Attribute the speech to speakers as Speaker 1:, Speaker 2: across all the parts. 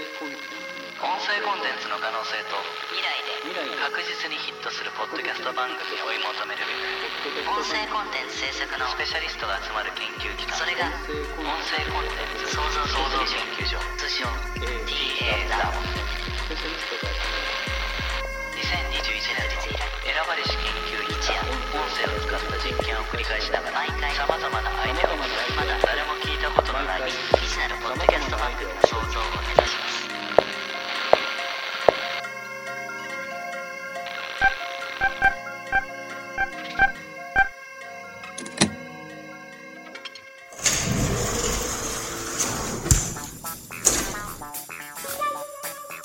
Speaker 1: 音声コンテンツの可能性と未来で確実にヒットするポッドキャスト番組を追い求める音声コンテンツ制作のスペシャリストが集まる研究機関それが音声コンテンツ創造創造研究所通称 TA ラボ2021年の選ばれし研究一夜音声を使った実験を繰り返しながら毎回さまざまなアイデアを出しまだ誰も聞いたことのない未知なるポッドキャスト番組の創造を目指します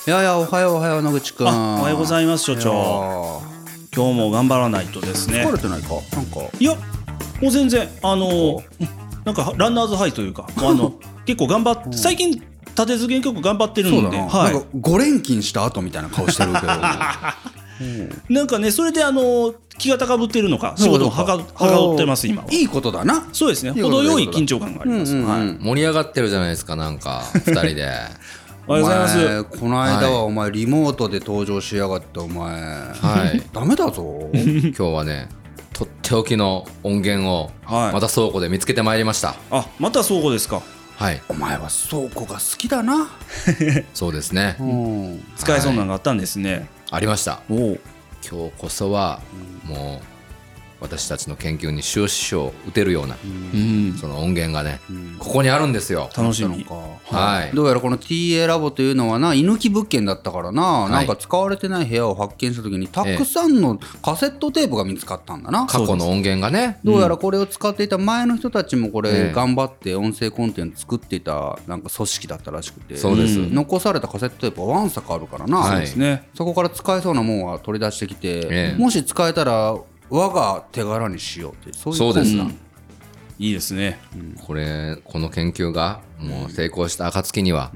Speaker 2: いやいや、おはようおはよう、野口くん。
Speaker 3: あおはようございます所
Speaker 2: いや
Speaker 3: 長今日も頑張らないとですね
Speaker 2: ー疲れてないかなんか。
Speaker 3: いやもう全然あのなんかランナーズハイとい うかもうあの結構頑張って最近立て続けに結構頑張ってる
Speaker 2: そうだ
Speaker 3: んで
Speaker 2: な。
Speaker 3: はい
Speaker 2: なんか、5連勤した後みたいな顔してる けど。
Speaker 3: なんかねそれであの気が高ぶってるのか仕事をはかはかどってます今はい
Speaker 2: いことだな。
Speaker 3: そうですね
Speaker 2: いいこと
Speaker 3: 程
Speaker 2: だ
Speaker 3: よ
Speaker 2: い
Speaker 3: い
Speaker 2: いことだ
Speaker 3: 緊張感があります、
Speaker 2: うんうん
Speaker 3: はい、
Speaker 4: 盛り上がってるじゃないですかなんか二人で
Speaker 3: おはようございます
Speaker 2: お前この間はお前、リモートで登場しやがって、お前。
Speaker 4: はい
Speaker 2: ダメ だぞ。
Speaker 4: 今日はねとっておきの音源を
Speaker 3: はい
Speaker 4: また倉庫で見つけてまいりました
Speaker 3: あまた倉庫ですか
Speaker 4: はい
Speaker 2: お前は倉庫が好きだな。
Speaker 4: そうですね
Speaker 2: うん。
Speaker 3: 使えそうなのがあったんですね、
Speaker 4: ありました
Speaker 3: おお
Speaker 4: 今日こそはもう私たちの研究に終止符を打てるような
Speaker 3: うん
Speaker 4: その音源がねここにあるんですよ
Speaker 3: 楽しみ
Speaker 4: はい
Speaker 2: どうやらこの TA ラボというのはな居抜き物件だったからな、なんか使われてない部屋を発見した時にたくさんのカセットテープが見つかったんだな、
Speaker 4: 過去の音源がね
Speaker 2: どうやらこれを使っていた前の人たちもこれ
Speaker 4: ええ
Speaker 2: 頑張って音声コンテンツ作っていたなんか組織だったらしくて
Speaker 4: そうです
Speaker 2: ん残されたカセットテープはわんさかあるからな、
Speaker 4: はい
Speaker 3: ですね
Speaker 2: そこから使えそうなもんは取り出してきて、
Speaker 4: ええ
Speaker 2: もし使えたら我が手柄にしようってそういう
Speaker 4: そうです
Speaker 2: な、
Speaker 3: いいですね
Speaker 4: これこの研究がもう成功した暁には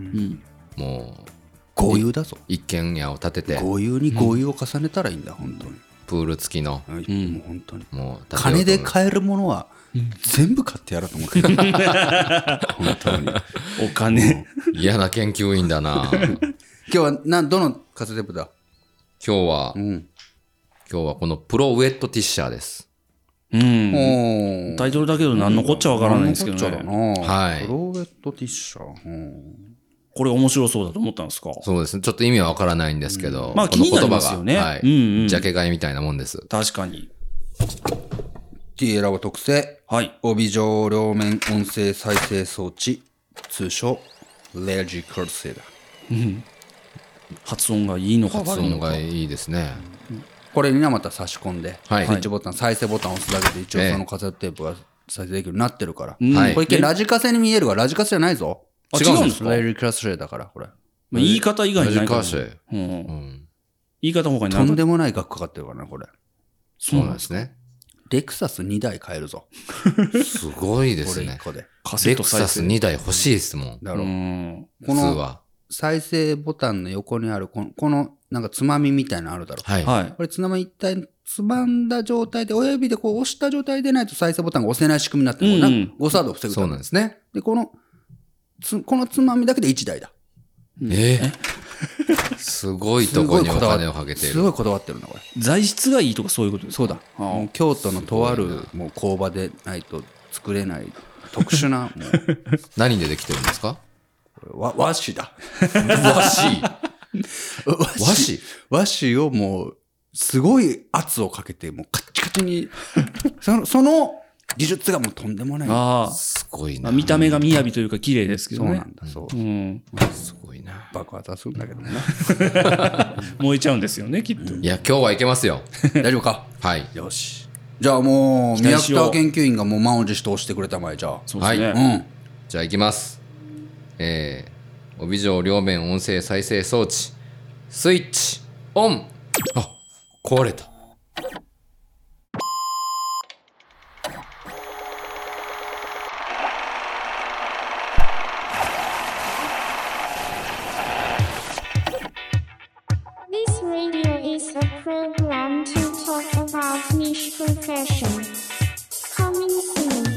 Speaker 4: もう
Speaker 2: 豪遊だぞ
Speaker 4: 一軒家を建てて
Speaker 2: 豪遊に豪遊を重ねたらいいんだ本当に、
Speaker 4: プール付きの
Speaker 2: うん、もう本当に
Speaker 4: もう建てようと思い
Speaker 2: 金
Speaker 4: ます
Speaker 2: で買えるものは全部買ってやろうと思 ってる本当に今
Speaker 3: お金
Speaker 4: 嫌な研究員だな今
Speaker 2: 日はなどのカセテープだ
Speaker 4: 日は、
Speaker 2: ん
Speaker 4: 今日はこのプロウェットティッシャーです
Speaker 3: うん
Speaker 2: お
Speaker 3: タイトルだけど何のこっちゃわからないんですけど
Speaker 2: だな
Speaker 3: ね。
Speaker 4: はい
Speaker 2: プロウェットティッシャー、うん
Speaker 3: これ面白そうだと思ったんですか
Speaker 4: そうですねちょっと意味はわからないんですけど、
Speaker 3: まあ
Speaker 4: この
Speaker 3: 気になり
Speaker 4: 言葉
Speaker 3: ます
Speaker 4: が
Speaker 3: よね
Speaker 4: はい
Speaker 3: うんうん
Speaker 4: ジャケ買いみたいなもんです
Speaker 3: 確かに。
Speaker 2: T ラボ特製
Speaker 3: はい。
Speaker 2: 帯状両面音声再生装置通称レジカルセだ
Speaker 3: 発音がいいのか
Speaker 4: 発
Speaker 3: 悪い
Speaker 4: 音
Speaker 3: のか
Speaker 4: がいいですね
Speaker 2: これになまた差し込んで、
Speaker 4: はい
Speaker 2: スイッチボタン再生ボタンを押すだけで一応
Speaker 4: ええ
Speaker 2: そのカセットテープが再生できるようになってるから、
Speaker 4: はい
Speaker 2: これ一見ラジカセに見えるがラジカセじゃないぞ
Speaker 3: あ
Speaker 2: 違
Speaker 3: 違うんん
Speaker 2: で
Speaker 3: ですす
Speaker 2: か
Speaker 3: か
Speaker 2: レジカルセだからこれ
Speaker 3: まあ言い方以外にないから、
Speaker 4: ラジカセ
Speaker 3: うん
Speaker 4: う
Speaker 3: 言
Speaker 4: ん
Speaker 3: い方他に
Speaker 2: と
Speaker 3: なんい。
Speaker 2: でもない額かかってるからねこれ
Speaker 4: そうなんですね
Speaker 2: レクサス2台買えるぞ
Speaker 4: すごいで
Speaker 2: こ
Speaker 4: す
Speaker 2: れ
Speaker 4: ね
Speaker 2: 1個で
Speaker 3: カセ
Speaker 4: レ
Speaker 3: ット
Speaker 4: ク
Speaker 3: 再
Speaker 4: サス
Speaker 3: 生。
Speaker 4: 2台欲しいですもん
Speaker 2: だ
Speaker 3: う
Speaker 2: ろ
Speaker 3: ん。
Speaker 2: こ
Speaker 4: 普通
Speaker 2: の
Speaker 4: は
Speaker 2: 再生ボタンの横にあるこのこのなんかつまみみたいなのあるだろ
Speaker 4: はい、
Speaker 3: はい。
Speaker 2: これつまみ一体つまんだ状態で親指でこう押した状態でないと再生ボタンが押せない仕組みになってるもんな、
Speaker 3: うんうん
Speaker 2: 誤作動を防ぐた
Speaker 4: そ
Speaker 2: め
Speaker 4: うなんですね
Speaker 2: でこのつこのつまみだけで1台だ
Speaker 4: えーすごいとこにお金を
Speaker 2: わ
Speaker 4: かけてい
Speaker 2: す
Speaker 4: る
Speaker 2: ごいこだわってるなこれ
Speaker 3: 材質がいいとかそういうことですか
Speaker 2: そうだ。もう京都のとあるもう工場でないと作れない特殊 なもう
Speaker 4: 何でできてるんですか
Speaker 2: わ和紙だ
Speaker 4: わし
Speaker 2: 和
Speaker 4: 和紙
Speaker 2: 和紙をもうすごい圧をかけてもうカッチカチ にそのその技術がもうとんでもない
Speaker 3: ああ。
Speaker 4: すごい
Speaker 3: ま
Speaker 4: な
Speaker 3: あ、見た目が雅というか綺麗ですけ
Speaker 2: そ
Speaker 3: ど
Speaker 2: う
Speaker 3: ね
Speaker 2: な。んだそう、
Speaker 3: うん。
Speaker 4: すごいな
Speaker 2: 爆発はするんだけどね
Speaker 3: 燃えちゃうんですよね、きっと。
Speaker 4: いや今日はいけますよ
Speaker 2: 大丈夫か
Speaker 4: はい
Speaker 2: よしじゃあもう
Speaker 3: 期
Speaker 2: 宮
Speaker 3: 待しよ
Speaker 2: 北
Speaker 3: う
Speaker 2: 研究員がもう満を持して押してくれたまえじゃあ
Speaker 3: そうですね。
Speaker 2: う
Speaker 3: い、
Speaker 2: ん
Speaker 4: じゃあ行きます。えー、帯状両面音声再生装置、スイッチ、オンあ、壊れた。
Speaker 5: This radio is a program to talk about niche profession. Coming soon.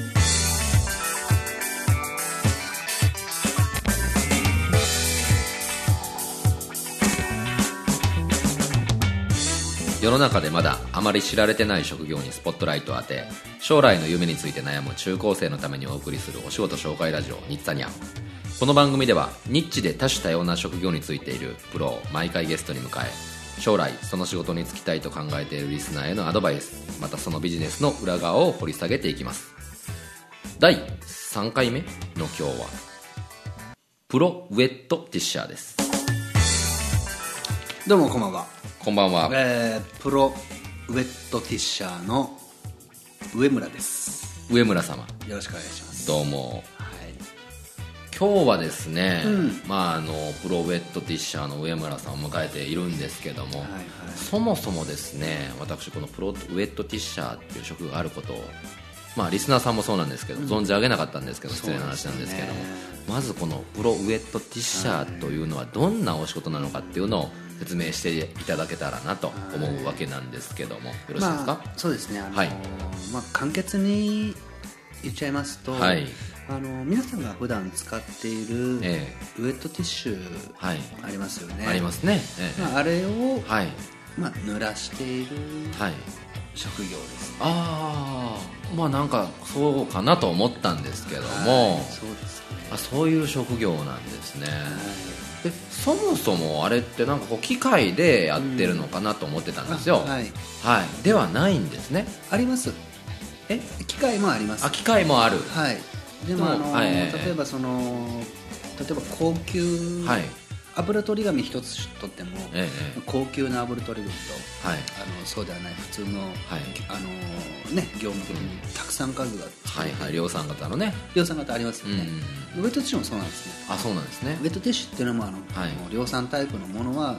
Speaker 2: 「
Speaker 4: 世の中でまだあまり知られてない職業にスポットライトを当て将来の夢について悩む中高生のためにお送りするお仕事紹介ラジオニッツァニャンこの番組ではニッチで多種多様な職業についているプロを毎回ゲストに迎え将来その仕事に就きたいと考えているリスナーへのアドバイスまたそのビジネスの裏側を掘り下げていきます第3回目の今日はプロウェットティッシャーです
Speaker 6: どうもこんばんは、
Speaker 4: こんばんは
Speaker 6: えー、プロウェットティッシャーの上村です
Speaker 4: 上村様
Speaker 6: よろしくお願いします
Speaker 4: どうも
Speaker 6: はい
Speaker 4: 今日はですね、まあ、あのプロウェットティッシャーの上村さんを迎えているんですけども、
Speaker 6: はいはい
Speaker 4: そもそもですね私このプロウェットティッシャーっていう職があることをまあリスナーさんもそうなんですけど、存じ上げなかったんですけど失礼な話なんですけども、
Speaker 6: そうです
Speaker 4: まずこのプロウェットティッシャーというのはどんなお仕事なのかっていうのを説明していただけたらなと思うわけなんですけどもよろしいですか、
Speaker 6: まあ、そうですねあの、
Speaker 4: はい
Speaker 6: まあ、簡潔に言っちゃいますと、
Speaker 4: はい
Speaker 6: あの皆さんが普段使っているウェ
Speaker 4: え
Speaker 6: ットティッシュ
Speaker 4: はい
Speaker 6: ありますよね、
Speaker 4: ありますね、ええ
Speaker 6: まあ、あれを、
Speaker 4: はい
Speaker 6: まあ、濡らしている
Speaker 4: はい
Speaker 6: 職業ですね
Speaker 4: ああまあなんかそうかなと思ったんですけども、
Speaker 6: はいそうですね
Speaker 4: あそういう職業なんですね、でそもそもあれってなんかこう機械でやってるのかなと思ってたんですよ、
Speaker 6: あはい
Speaker 4: はいではないんですね
Speaker 6: あります
Speaker 4: え
Speaker 6: 機械もあります
Speaker 4: あ機械もある
Speaker 6: はいで
Speaker 4: でも
Speaker 6: もあの、
Speaker 4: はいはいはい
Speaker 6: 例えばその例えば高級、
Speaker 4: はい
Speaker 6: 油取り紙一つとっても、
Speaker 4: えええ
Speaker 6: 高級な油取り紙と
Speaker 4: えはい
Speaker 6: あのそうではない普通の,、
Speaker 4: い
Speaker 6: あのね、業務的にたくさん数が
Speaker 4: はいはい量産型のね
Speaker 6: 量産型あります
Speaker 4: う
Speaker 6: よ
Speaker 4: ん
Speaker 6: ね、ウェットティッシュもそうなんですね
Speaker 4: あそうなんですね
Speaker 6: ウェットティッシュっていうのもあの、
Speaker 4: はい
Speaker 6: あの量産タイプのものは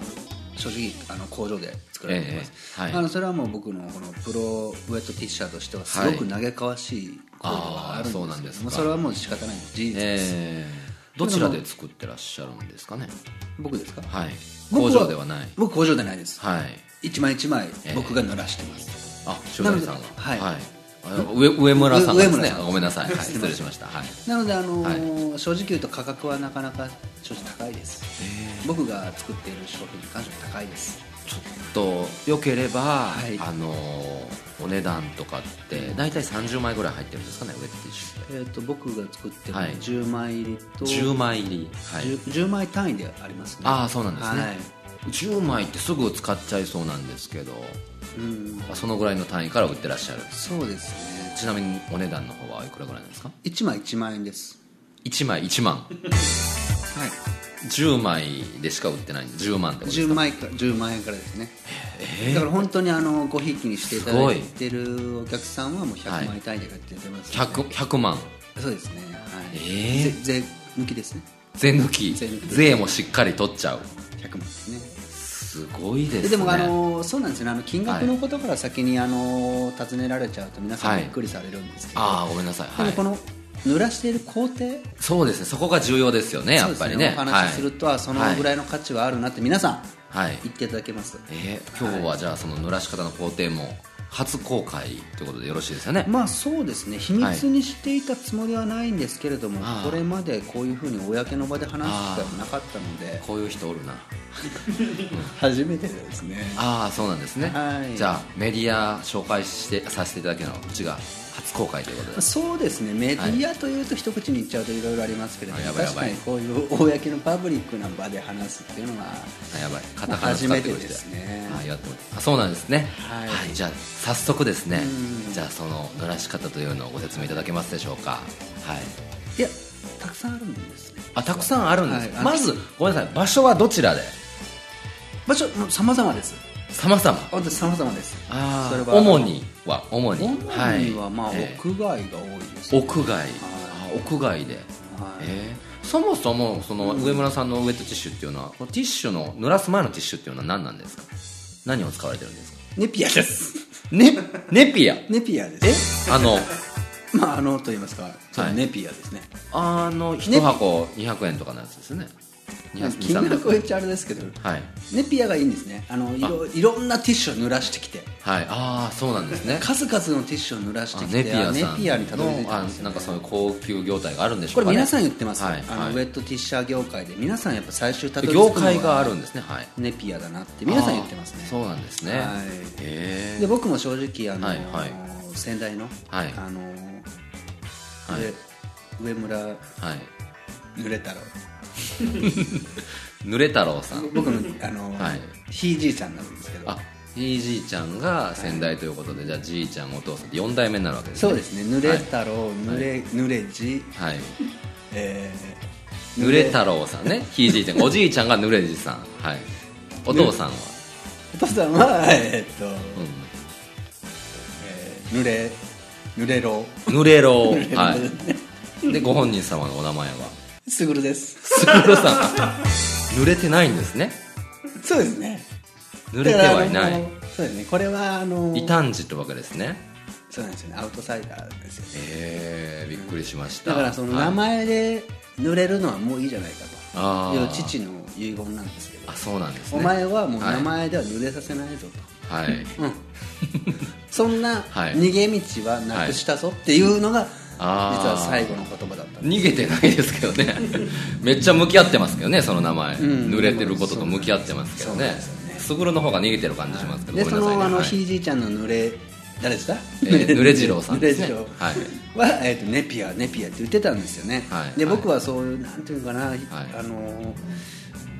Speaker 6: 正直あの工場で作られています、
Speaker 4: ええええはい
Speaker 6: あのそれはもう僕のこのプロウェットティッシャーとしてはすごく嘆かわしい工場があるんです
Speaker 4: あー
Speaker 6: けど
Speaker 4: そうなんですか
Speaker 6: まあ、それはもう仕方ない事実です、
Speaker 4: ええどちらで作ってらっしゃるんですかね
Speaker 6: 僕ですか
Speaker 4: はい
Speaker 6: 僕
Speaker 4: 工
Speaker 6: は
Speaker 4: 場ではない
Speaker 6: 僕工場でないです、
Speaker 4: はい
Speaker 6: 一枚一枚
Speaker 4: ええ
Speaker 6: 僕が濡らしてます、
Speaker 4: あ塩谷さんが
Speaker 6: はい
Speaker 4: あ上上村さんがです
Speaker 6: 上
Speaker 4: ね
Speaker 6: 村さん
Speaker 4: あごめんなさい、はい、失礼しましたはい
Speaker 6: なので、あのー正直言うと価格はなかなか正直高いです、僕が作っている商品に関しては高いです
Speaker 4: ちょっとよければ、
Speaker 6: い
Speaker 4: あのーお値段とかって大体30枚ぐらい入ってるんですかねウェットティッシュって
Speaker 6: えっ、と僕が作ってる
Speaker 4: はい
Speaker 6: 10枚入りと、
Speaker 4: 10枚入り、はい、
Speaker 6: 10, 10枚単位でありますね
Speaker 4: ああそうなんですね、
Speaker 6: はい
Speaker 4: 10枚ってすぐ使っちゃいそうなんですけど
Speaker 6: うん
Speaker 4: あそのぐらいの単位から売ってらっしゃる
Speaker 6: そうですね
Speaker 4: ちなみにお値段の方はいくらぐらいなんですか
Speaker 6: 1枚1万円です
Speaker 4: 1枚1万
Speaker 6: はい
Speaker 4: 10枚でしか売ってない10万ってことです
Speaker 6: 10
Speaker 4: か
Speaker 6: 枚か10万円からですね、だから本当にあのごひいきにしていただいてるお客さんはもう100枚単位で買っていただいてます、ね
Speaker 4: 100, 100万
Speaker 6: そうですねはい、
Speaker 4: ええ
Speaker 6: ぜ税抜きですね
Speaker 4: 税抜き
Speaker 6: 税抜き
Speaker 4: 税もしっかり取っちゃう
Speaker 6: 100万ですね
Speaker 4: すごいですね
Speaker 6: ででもあのそうなんですよねあの金額のことから先にあの尋ねられちゃうと皆さんびっくりされるんですけど、
Speaker 4: ああごめんなさい、はい、
Speaker 6: でもこの濡らしている工程、
Speaker 4: そうですねそこが重要ですよねやっぱりね
Speaker 6: そうですねお話しするとはそのぐら
Speaker 4: い
Speaker 6: いの価値はあるなって皆さん
Speaker 4: はい、はい
Speaker 6: 言っていただけます、
Speaker 4: えー今日はじゃあその濡らし方の工程も初公開ということでよろしいですよね、
Speaker 6: まあそうですね秘密にしていたつもりはないんですけれども、
Speaker 4: ああ
Speaker 6: これまでこういうふうに公の場で話す機会もなかったので
Speaker 4: こういう人おるな
Speaker 6: 初めてですね
Speaker 4: ああそうなんですね、
Speaker 6: はい
Speaker 4: じゃあメディア紹介してさせていただけるのはうちが初公開ということで
Speaker 6: そうですねメディアというと一口に言っちゃうといろいろありますけれど
Speaker 4: あ
Speaker 6: も、
Speaker 4: やばいや
Speaker 6: 確
Speaker 4: ば
Speaker 6: か
Speaker 4: い
Speaker 6: にこういう公のパブリックな場で話すっていうのは
Speaker 4: あやばい片仮名使ってくれて
Speaker 6: 初めてですね
Speaker 4: あやってもあそうなんですね
Speaker 6: はい
Speaker 4: じゃあ早速ですね
Speaker 6: うん
Speaker 4: じゃあその濡らし方というのをご説明いただけますでしょうかはい
Speaker 6: いやたくさんあるんですね
Speaker 4: あたくさんあるんです、
Speaker 6: はい
Speaker 4: まずごめんなさい場所はどちらで
Speaker 6: 場所もう様々です
Speaker 4: 様々
Speaker 6: 本当に様々です
Speaker 4: あ
Speaker 6: それは
Speaker 4: 主には主に
Speaker 6: 主にはまあ
Speaker 4: え
Speaker 6: 屋外が多いです、
Speaker 4: え
Speaker 6: ね
Speaker 4: 屋外あ屋外で、
Speaker 6: はい
Speaker 4: ええそもそもその上村さんのウェットティッシュっていうのはこのティッシュの濡らす前のティッシュっていうのは何なんですか何を使われてるんですか
Speaker 6: ネピアです
Speaker 4: ねネピア
Speaker 6: ネピアで
Speaker 4: え
Speaker 6: す
Speaker 4: あの
Speaker 6: まああのと言いますか、その
Speaker 4: はい
Speaker 6: ネピアですね
Speaker 4: あの1箱200円とかのやつですね200
Speaker 6: 金額は言っちゃあれですけど
Speaker 4: はい
Speaker 6: ネピアがいいんですねあのいろいろんなティッシュを濡らしてきて
Speaker 4: はいああそうなんですね
Speaker 6: 数々のティッシュを濡らしてき
Speaker 4: あネ
Speaker 6: て
Speaker 4: ピアさ
Speaker 6: あ
Speaker 4: ん
Speaker 6: ネピアにたどり着い
Speaker 4: の
Speaker 6: た
Speaker 4: あ
Speaker 6: んですよ、
Speaker 4: なん
Speaker 6: ね
Speaker 4: か、その高級業態があるんでし
Speaker 6: こ
Speaker 4: ょう
Speaker 6: れ
Speaker 4: かね
Speaker 6: 皆さん言ってますよ、
Speaker 4: はい
Speaker 6: あのウェットティッシャー業界で皆さんやっぱ最終たどり着くの
Speaker 4: 業
Speaker 6: は
Speaker 4: 界があるんですねはい
Speaker 6: ネピアだなって皆さん言ってます
Speaker 4: あ
Speaker 6: ね
Speaker 4: ーそうなんですね
Speaker 6: はい
Speaker 4: へ
Speaker 6: で
Speaker 4: え
Speaker 6: 僕も正直あの、
Speaker 4: はいはい
Speaker 6: 先代の、
Speaker 4: はい
Speaker 6: あの
Speaker 4: はい
Speaker 6: 上上村
Speaker 4: はい
Speaker 6: 濡れ太郎
Speaker 4: 濡れ太郎さん
Speaker 6: 僕のあの、
Speaker 4: はい
Speaker 6: ひいじいさんなんですけど
Speaker 4: あひいじいちゃんが先代ということで、じゃあじいちゃんお父さんって4代目になるわけですね
Speaker 6: そうですね濡れ太郎、濡れ濡れじ、
Speaker 4: はい
Speaker 6: えー
Speaker 4: 濡れ太郎さんねひいじいちゃんおじいちゃんが濡れじさんはいお父さんは、
Speaker 6: お父さんはえーっと、
Speaker 4: う
Speaker 6: えー濡れ濡れろ
Speaker 4: ん、濡れろはいでご本人様のお名前は
Speaker 6: うすぐるです
Speaker 4: スクロさん濡れてないんですね
Speaker 6: そうですね
Speaker 4: 濡れてはいな
Speaker 6: だからあ
Speaker 4: い
Speaker 6: のそうですねこれはあの
Speaker 4: 異端児ってわけですね
Speaker 6: そうなんですよねアウトサイダーですよね
Speaker 4: えー、びっくりしました
Speaker 6: だからその
Speaker 4: はい
Speaker 6: 名前で濡れるのはもういいじゃないか
Speaker 4: あ
Speaker 6: と
Speaker 4: ー
Speaker 6: いう父の遺言なんですけど
Speaker 4: あそうなんですね
Speaker 6: お前はもう名前では濡れさせないぞ
Speaker 4: はい
Speaker 6: と、うんそんな
Speaker 4: はい
Speaker 6: 逃げ道はなくしたぞっていうのが実
Speaker 4: あー
Speaker 6: は最後の言葉だったんです
Speaker 4: 逃げてないですけど ねめっちゃ向き合ってますけどねその名前、
Speaker 6: ん
Speaker 4: 濡れてることと向き合ってますけど
Speaker 6: そう
Speaker 4: ね
Speaker 6: なんですよね
Speaker 4: スグルの方が逃げてる感じしますけど、
Speaker 6: で
Speaker 4: ご
Speaker 6: そ
Speaker 4: めんなさい
Speaker 6: の
Speaker 4: ね
Speaker 6: あの
Speaker 4: はい
Speaker 6: ひいじいちゃんの濡れ誰でした、
Speaker 4: えー濡れ次郎さんですね
Speaker 6: 濡れ次郎
Speaker 4: はい
Speaker 6: は、えー、とネピアネピアって言ってたんですよね、
Speaker 4: はい
Speaker 6: で
Speaker 4: はい
Speaker 6: 僕はそういうなんていうのかな、あのー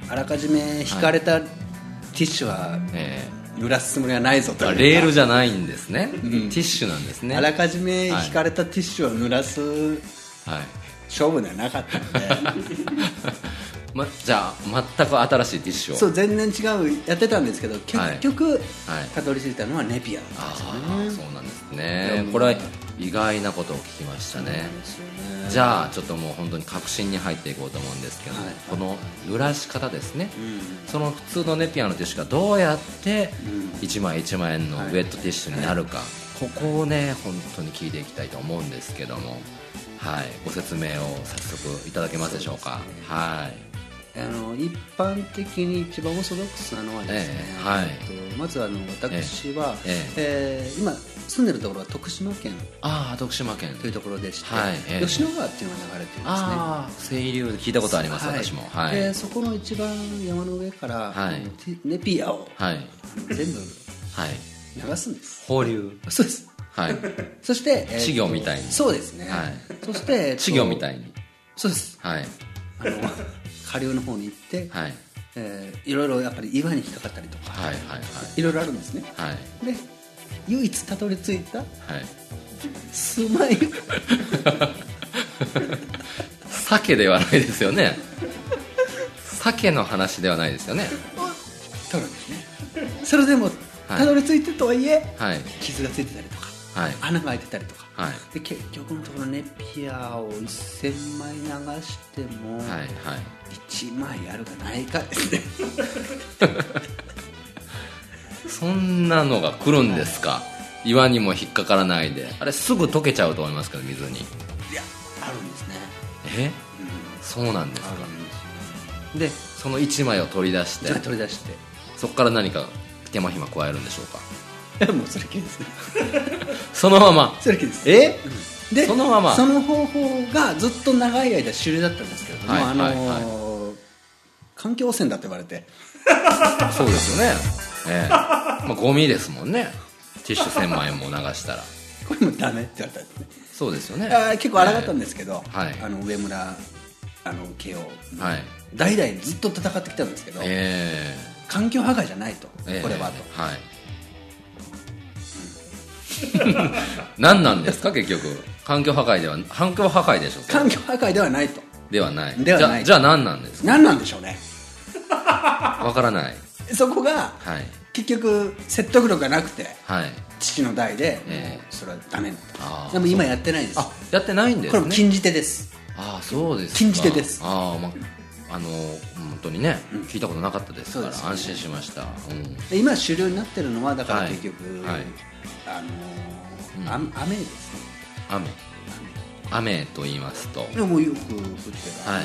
Speaker 6: あらかじめ引かれたティッシュは
Speaker 4: え
Speaker 6: 揺らすつもりはないぞと
Speaker 4: ー
Speaker 6: いう
Speaker 4: あ
Speaker 6: か
Speaker 4: レールじゃないんですね、ティッシュなんですね
Speaker 6: あらかじめ引かれたティッシュを濡らす
Speaker 4: はい
Speaker 6: 勝負ではなかったので
Speaker 4: ま、じゃあ全く新しいティッシュを
Speaker 6: そう全然違うやってたんですけど結局
Speaker 4: はい
Speaker 6: たど、り着いたのはネピアだったん
Speaker 4: あ
Speaker 6: ですよね
Speaker 4: あそうなんです
Speaker 6: いや
Speaker 4: ね
Speaker 6: もう
Speaker 4: これは意外なことを聞きましたねじゃあちょっともう本当に確信に入っていこうと思うんですけど、
Speaker 6: はい
Speaker 4: この濡らし方ですね、
Speaker 6: う
Speaker 4: その普通のネピアのティッシュがどうやって1枚1万円のウ
Speaker 6: はい
Speaker 4: ェットティッシュになるか、ここをね本当に聞いていきたいと思うんですけどもはいご説明を早速いただけますでしょうかはい
Speaker 6: あの一般的に一番オーソドックスなのはですね、
Speaker 4: ええはい
Speaker 6: えっとまずあの私は、
Speaker 4: え
Speaker 6: えー今住んでるところは徳島県
Speaker 4: ああ徳島県
Speaker 6: というところでして、
Speaker 4: はいええ
Speaker 6: 吉野川っていうのが流れてるんですね
Speaker 4: ああ清流聞いたことあります、
Speaker 6: はい
Speaker 4: 私もはい、
Speaker 6: でそこの一番山の上から、
Speaker 4: はい
Speaker 6: あのティネピアを
Speaker 4: はい
Speaker 6: 全部
Speaker 4: はい
Speaker 6: 流すんです
Speaker 4: 放流
Speaker 6: そうです
Speaker 4: はい
Speaker 6: そして、えーと
Speaker 4: 稚魚みたいに
Speaker 6: そうですね、
Speaker 4: はい
Speaker 6: そしてえーと
Speaker 4: 稚魚みたいに
Speaker 6: そうです
Speaker 4: はい
Speaker 6: あの下流の方に行って、
Speaker 4: はい
Speaker 6: えーいろいろやっぱり岩に引っかかったりとか
Speaker 4: はいはい
Speaker 6: いろいろあるんですね
Speaker 4: はいはい
Speaker 6: で唯一たどり着いた
Speaker 4: はい
Speaker 6: 住まい
Speaker 4: 鮭ではないですよ ね鮭の話ではないですよね
Speaker 6: 取るんですねそれでも
Speaker 4: はい
Speaker 6: たどり着いてとはいえ、
Speaker 4: はい
Speaker 6: 傷がついてたりとか
Speaker 4: はい
Speaker 6: 穴が開いてたりとか、
Speaker 4: はい
Speaker 6: で結局のところネピアを1000枚流しても、
Speaker 4: はいはい
Speaker 6: 1枚あるかないかですね
Speaker 4: そんなのが来るんですか岩にも引っかからないであれすぐ溶けちゃうと思いますけど水に
Speaker 6: いやあるんですね
Speaker 4: えそうなんですかでその1枚を取り出して
Speaker 6: じゃあ取り出して
Speaker 4: そこから何か手間暇加えるんでしょうか
Speaker 6: いや もうそれっきりですね
Speaker 4: そのま ま
Speaker 6: それっきりです
Speaker 4: え
Speaker 6: うんで
Speaker 4: そのまま
Speaker 6: その方法がずっと長い間主流だったんですけれども、
Speaker 4: はい
Speaker 6: あのー
Speaker 4: はい
Speaker 6: 環境汚染だって言われて
Speaker 4: そうですよねええまあゴミですもんねティッシュ1000枚も流したら
Speaker 6: これもダメって言われたんですね
Speaker 4: そうですよね
Speaker 6: あー結構抗ったんですけど、
Speaker 4: はい
Speaker 6: あの上村あの慶応、
Speaker 4: はい
Speaker 6: 代々ずっと戦ってきたんですけど、
Speaker 4: え
Speaker 6: 環境破壊じゃないと、
Speaker 4: えええ
Speaker 6: これはと
Speaker 4: はい 何なんですか結局環境破壊では環境破壊でしょそれ
Speaker 6: 環境破壊ではないと
Speaker 4: ではない
Speaker 6: ではない
Speaker 4: じゃじゃあ何なんです
Speaker 6: 何なんでしょうね
Speaker 4: かわからない
Speaker 6: そこが
Speaker 4: はい
Speaker 6: 結局説得力がなくて
Speaker 4: はい
Speaker 6: 父の代で、
Speaker 4: ええ
Speaker 6: もうそれはダメになっ
Speaker 4: あ
Speaker 6: た
Speaker 4: ー
Speaker 6: でも今やってないです
Speaker 4: あやってないんです
Speaker 6: こ
Speaker 4: ね
Speaker 6: れも禁じ手です
Speaker 4: ああそうですか
Speaker 6: 禁じ手です
Speaker 4: ああまああの本当にね、聞いたことなかったですから
Speaker 6: そうですよね
Speaker 4: 安心しました、うん、
Speaker 6: で今主流になってるのはだから
Speaker 4: はい
Speaker 6: 結局、
Speaker 4: はい
Speaker 6: あのーあ雨ですね
Speaker 4: 雨雨と言いますと
Speaker 6: でもよく降ってる雨ですね、
Speaker 4: はい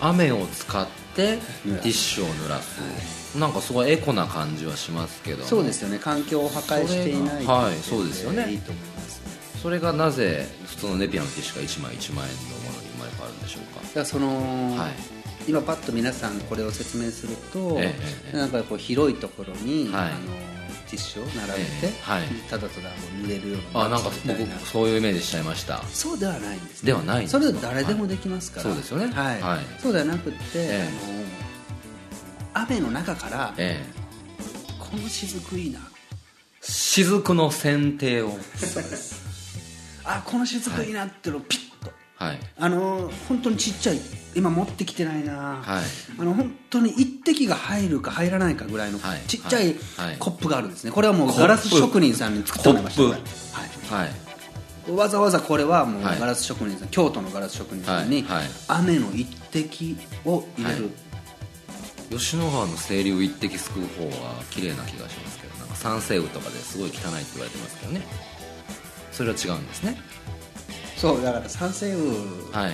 Speaker 4: 雨を使ってティッシュを濡らす、なんかすごいエコな感じはしますけども
Speaker 6: そうですよね環境を破壊していな
Speaker 4: そ
Speaker 6: い
Speaker 4: れがはいそうですよね
Speaker 6: いいと思いますね
Speaker 4: それがなぜ普通のネピアのティッシュが1枚1万円のものに生まれ変わるんでしょうか
Speaker 6: だからその、
Speaker 4: はい
Speaker 6: 今パッと皆さんこれを説明すると、
Speaker 4: ええええ
Speaker 6: なんかこう広いところに、
Speaker 4: はい
Speaker 6: あのティッシュを並べて、
Speaker 4: ええはい
Speaker 6: ただただこう濡れるような
Speaker 4: あなんか
Speaker 6: みたいな
Speaker 4: 僕そういうイメージしちゃいました
Speaker 6: そうではないんです、ね、
Speaker 4: ではないんです
Speaker 6: そ
Speaker 4: か
Speaker 6: れは誰でもできますから、
Speaker 4: はいそうですよね
Speaker 6: はい
Speaker 4: はい
Speaker 6: そうではなくって、
Speaker 4: え
Speaker 6: あの雨の中から、
Speaker 4: ええ
Speaker 6: この雫いいな
Speaker 4: 雫の剪定を
Speaker 6: あこの雫いいなってのをピッと
Speaker 4: はい
Speaker 6: あの本当にちっちゃい今持ってきてないな、
Speaker 4: はい
Speaker 6: あの本当に一滴が入るか入らないかぐらいの
Speaker 4: はい
Speaker 6: ちっちゃい
Speaker 4: はい
Speaker 6: コップがあるんですねこれはもうガラス職人さんに作ってもらいました
Speaker 4: コッ
Speaker 6: こ
Speaker 4: プ
Speaker 6: れは
Speaker 4: はい
Speaker 6: い、わざわざこれはもう
Speaker 4: はい
Speaker 6: ガラス職人さん、京都のガラス職人さんに
Speaker 4: はいはい
Speaker 6: 雨の一滴を入れる、
Speaker 4: はい吉野川の清流一滴すくう方は綺麗な気がしますけどなんか酸性雨とかですごい汚いって言われてますけどねそれは違うんですね
Speaker 6: そうだから酸性
Speaker 4: はい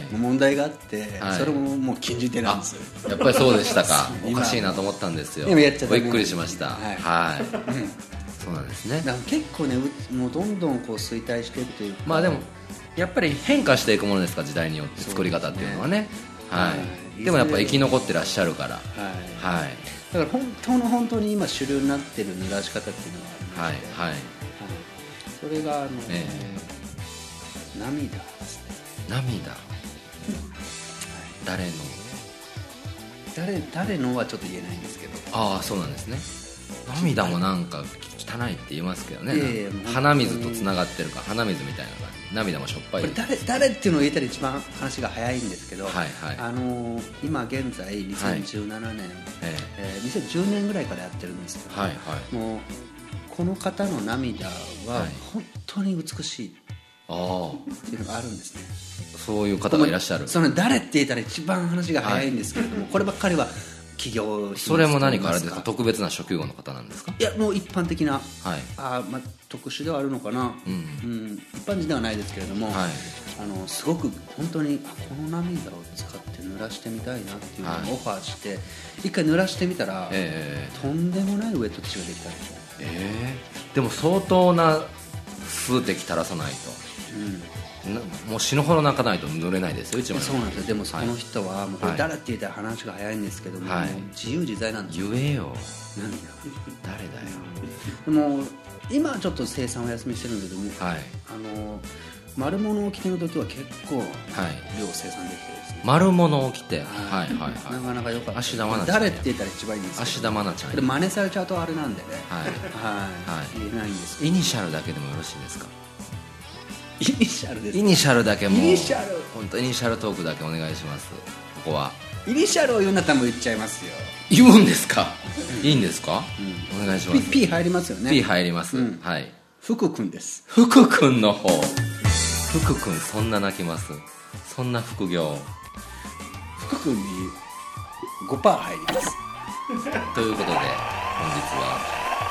Speaker 6: 雨の問題があって、
Speaker 4: はい
Speaker 6: それももう禁じ手なんですよ
Speaker 4: やっぱりそうでした かおかしいなと思ったんですよ
Speaker 6: 今やっちゃダメ
Speaker 4: びっくりしましたは
Speaker 6: はいい
Speaker 4: そうなんですね
Speaker 6: だから結構ねうもうどんどんこう衰退していくというか
Speaker 4: まあでもやっぱり変化していくものですか時代によって作り方っていうのはねは
Speaker 6: はい
Speaker 4: いでもやっぱ生き残ってらっしゃるから
Speaker 6: はい
Speaker 4: はい
Speaker 6: だから本当の本当に今主流になってる濡らし方っていうのがあ
Speaker 4: はい
Speaker 6: りまして、
Speaker 4: はい
Speaker 6: それがあの、
Speaker 4: え
Speaker 6: 涙ですね
Speaker 4: ー涙誰の
Speaker 6: 誰誰のはちょっと言えないんですけど
Speaker 4: ああそうなんですね涙もなんか汚いって言いますけどね
Speaker 6: いやいや
Speaker 4: なんか鼻水とつながってるから鼻水みたいな感じ涙もしょっぱい
Speaker 6: これ誰誰っていうのを言えたら一番話が早いんですけど、
Speaker 4: はいはい
Speaker 6: あの今現在2017年、
Speaker 4: え
Speaker 6: えー2010年ぐらいからやってるんですけ
Speaker 4: え
Speaker 6: ど、
Speaker 4: はいはい
Speaker 6: もうこの方の涙
Speaker 4: は
Speaker 6: はい本当に美しいっ
Speaker 4: あ
Speaker 6: ていうのがあるんですね、
Speaker 4: あそういう方がいらっしゃる
Speaker 6: その誰って言ったら一番話が早いんですけれども、こればっかりは起業秘密
Speaker 4: それも何かあれ
Speaker 6: と
Speaker 4: です
Speaker 6: 言い
Speaker 4: か
Speaker 6: ま
Speaker 4: 特別な職業の方なんですか
Speaker 6: いやもう一般的な
Speaker 4: はい
Speaker 6: あー、まあ、特殊ではあるのかな、
Speaker 4: うん
Speaker 6: うん一般人ではないですけれども、
Speaker 4: はい
Speaker 6: あのすごく本当にあこの涙を使って濡らしてみたいなっていう
Speaker 4: は
Speaker 6: の
Speaker 4: い
Speaker 6: をオファーして、一回濡らしてみたら、
Speaker 4: え
Speaker 6: とんでもないウエットティッシュができたんですよ、
Speaker 4: えええでも相当な数滴垂らさない
Speaker 6: うん
Speaker 4: となもう死ぬほど泣かないと濡れないですよ一枚
Speaker 6: そうなんですよでもそ
Speaker 4: は
Speaker 6: の
Speaker 4: い
Speaker 6: 人はもうこれ
Speaker 4: はい
Speaker 6: 誰って言ったら話が早いんですけども、
Speaker 4: はい
Speaker 6: もう自由自在なんですよ
Speaker 4: 言えよ
Speaker 6: 涙
Speaker 4: 誰だよ
Speaker 6: でも今はちょっと生産お休みしてるんだけども、
Speaker 4: はい
Speaker 6: あの丸物を着てる時は結構
Speaker 4: はい
Speaker 6: 量生産できてるんですね、
Speaker 4: 丸物を着てはいはい
Speaker 6: な
Speaker 4: は
Speaker 6: かなか良かった
Speaker 4: 芦田愛菜ちゃん
Speaker 6: 誰って言ったら一番いいんで
Speaker 4: い
Speaker 6: す
Speaker 4: 芦
Speaker 6: け
Speaker 4: 田
Speaker 6: ど
Speaker 4: 愛菜ちゃん
Speaker 6: これ真似されちゃうとあれなんでね
Speaker 4: はい
Speaker 6: はい、
Speaker 4: はい
Speaker 6: 言えないんですけ
Speaker 4: イニシャルだけでもよろしいですか
Speaker 6: どイニシャルです
Speaker 4: イニシャルだけもう
Speaker 6: イニシャル
Speaker 4: 本当イニシャルトークだけお願いしますここは
Speaker 6: イニシャルを言うんだったらもう言っちゃいますよ
Speaker 4: 言うんですかいいんですか、お願いします
Speaker 6: P, P 入りますよね
Speaker 4: P 入ります、
Speaker 6: うん
Speaker 4: はい
Speaker 6: 福君です
Speaker 4: 福君の方福君そんな泣きますそんな副業
Speaker 6: 福君に
Speaker 4: ということで本日
Speaker 6: 5%入ります
Speaker 4: は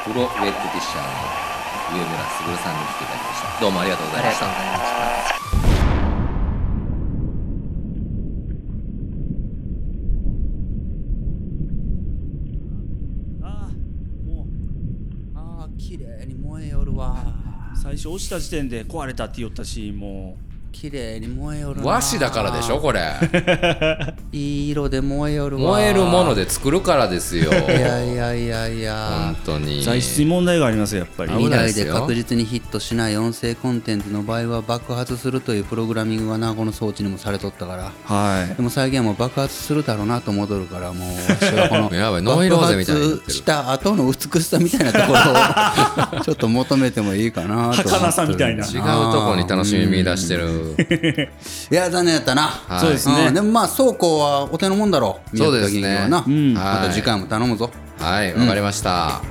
Speaker 4: プロウェットティッシャーの上村卓さんに来ていただきましたどうもありがとうございました
Speaker 6: いました
Speaker 3: ああも
Speaker 2: ああ綺麗に燃えよるわ
Speaker 3: う最初落ちた時点で壊れたって言ったしも
Speaker 2: 綺麗に燃えよるな
Speaker 4: 和紙だからでしょこれ
Speaker 2: いい色で燃えよるわ
Speaker 4: 燃えるもので作るからですよ
Speaker 2: いやいやいやいや
Speaker 4: 本当に
Speaker 3: う材質に問題がありますよやっぱり
Speaker 4: 危
Speaker 2: 未
Speaker 4: ないで
Speaker 2: 来
Speaker 4: すよ
Speaker 2: で確実にヒットしない音声コンテンツの場合は爆発するというプログラミングがなこの装置にもされとったから
Speaker 3: は
Speaker 2: でも再現も爆発するだろうなと戻るからもう 私はこの
Speaker 4: やばいノイローゼみたいになってる
Speaker 2: 爆発した後の美しさみたいなと ころをちょっと求めてもいいかなと思ってる
Speaker 3: 儚さみたいな
Speaker 4: 違うとこに楽しみ見出してる
Speaker 2: いや残念やったな、
Speaker 4: いそうです
Speaker 3: ね
Speaker 2: んでもまあ倉庫はお手のもんだろ
Speaker 4: そうです
Speaker 2: 宮崎
Speaker 4: ね
Speaker 2: 銀行はな
Speaker 4: うん
Speaker 2: また次回も頼むぞ、
Speaker 4: はいわかりました、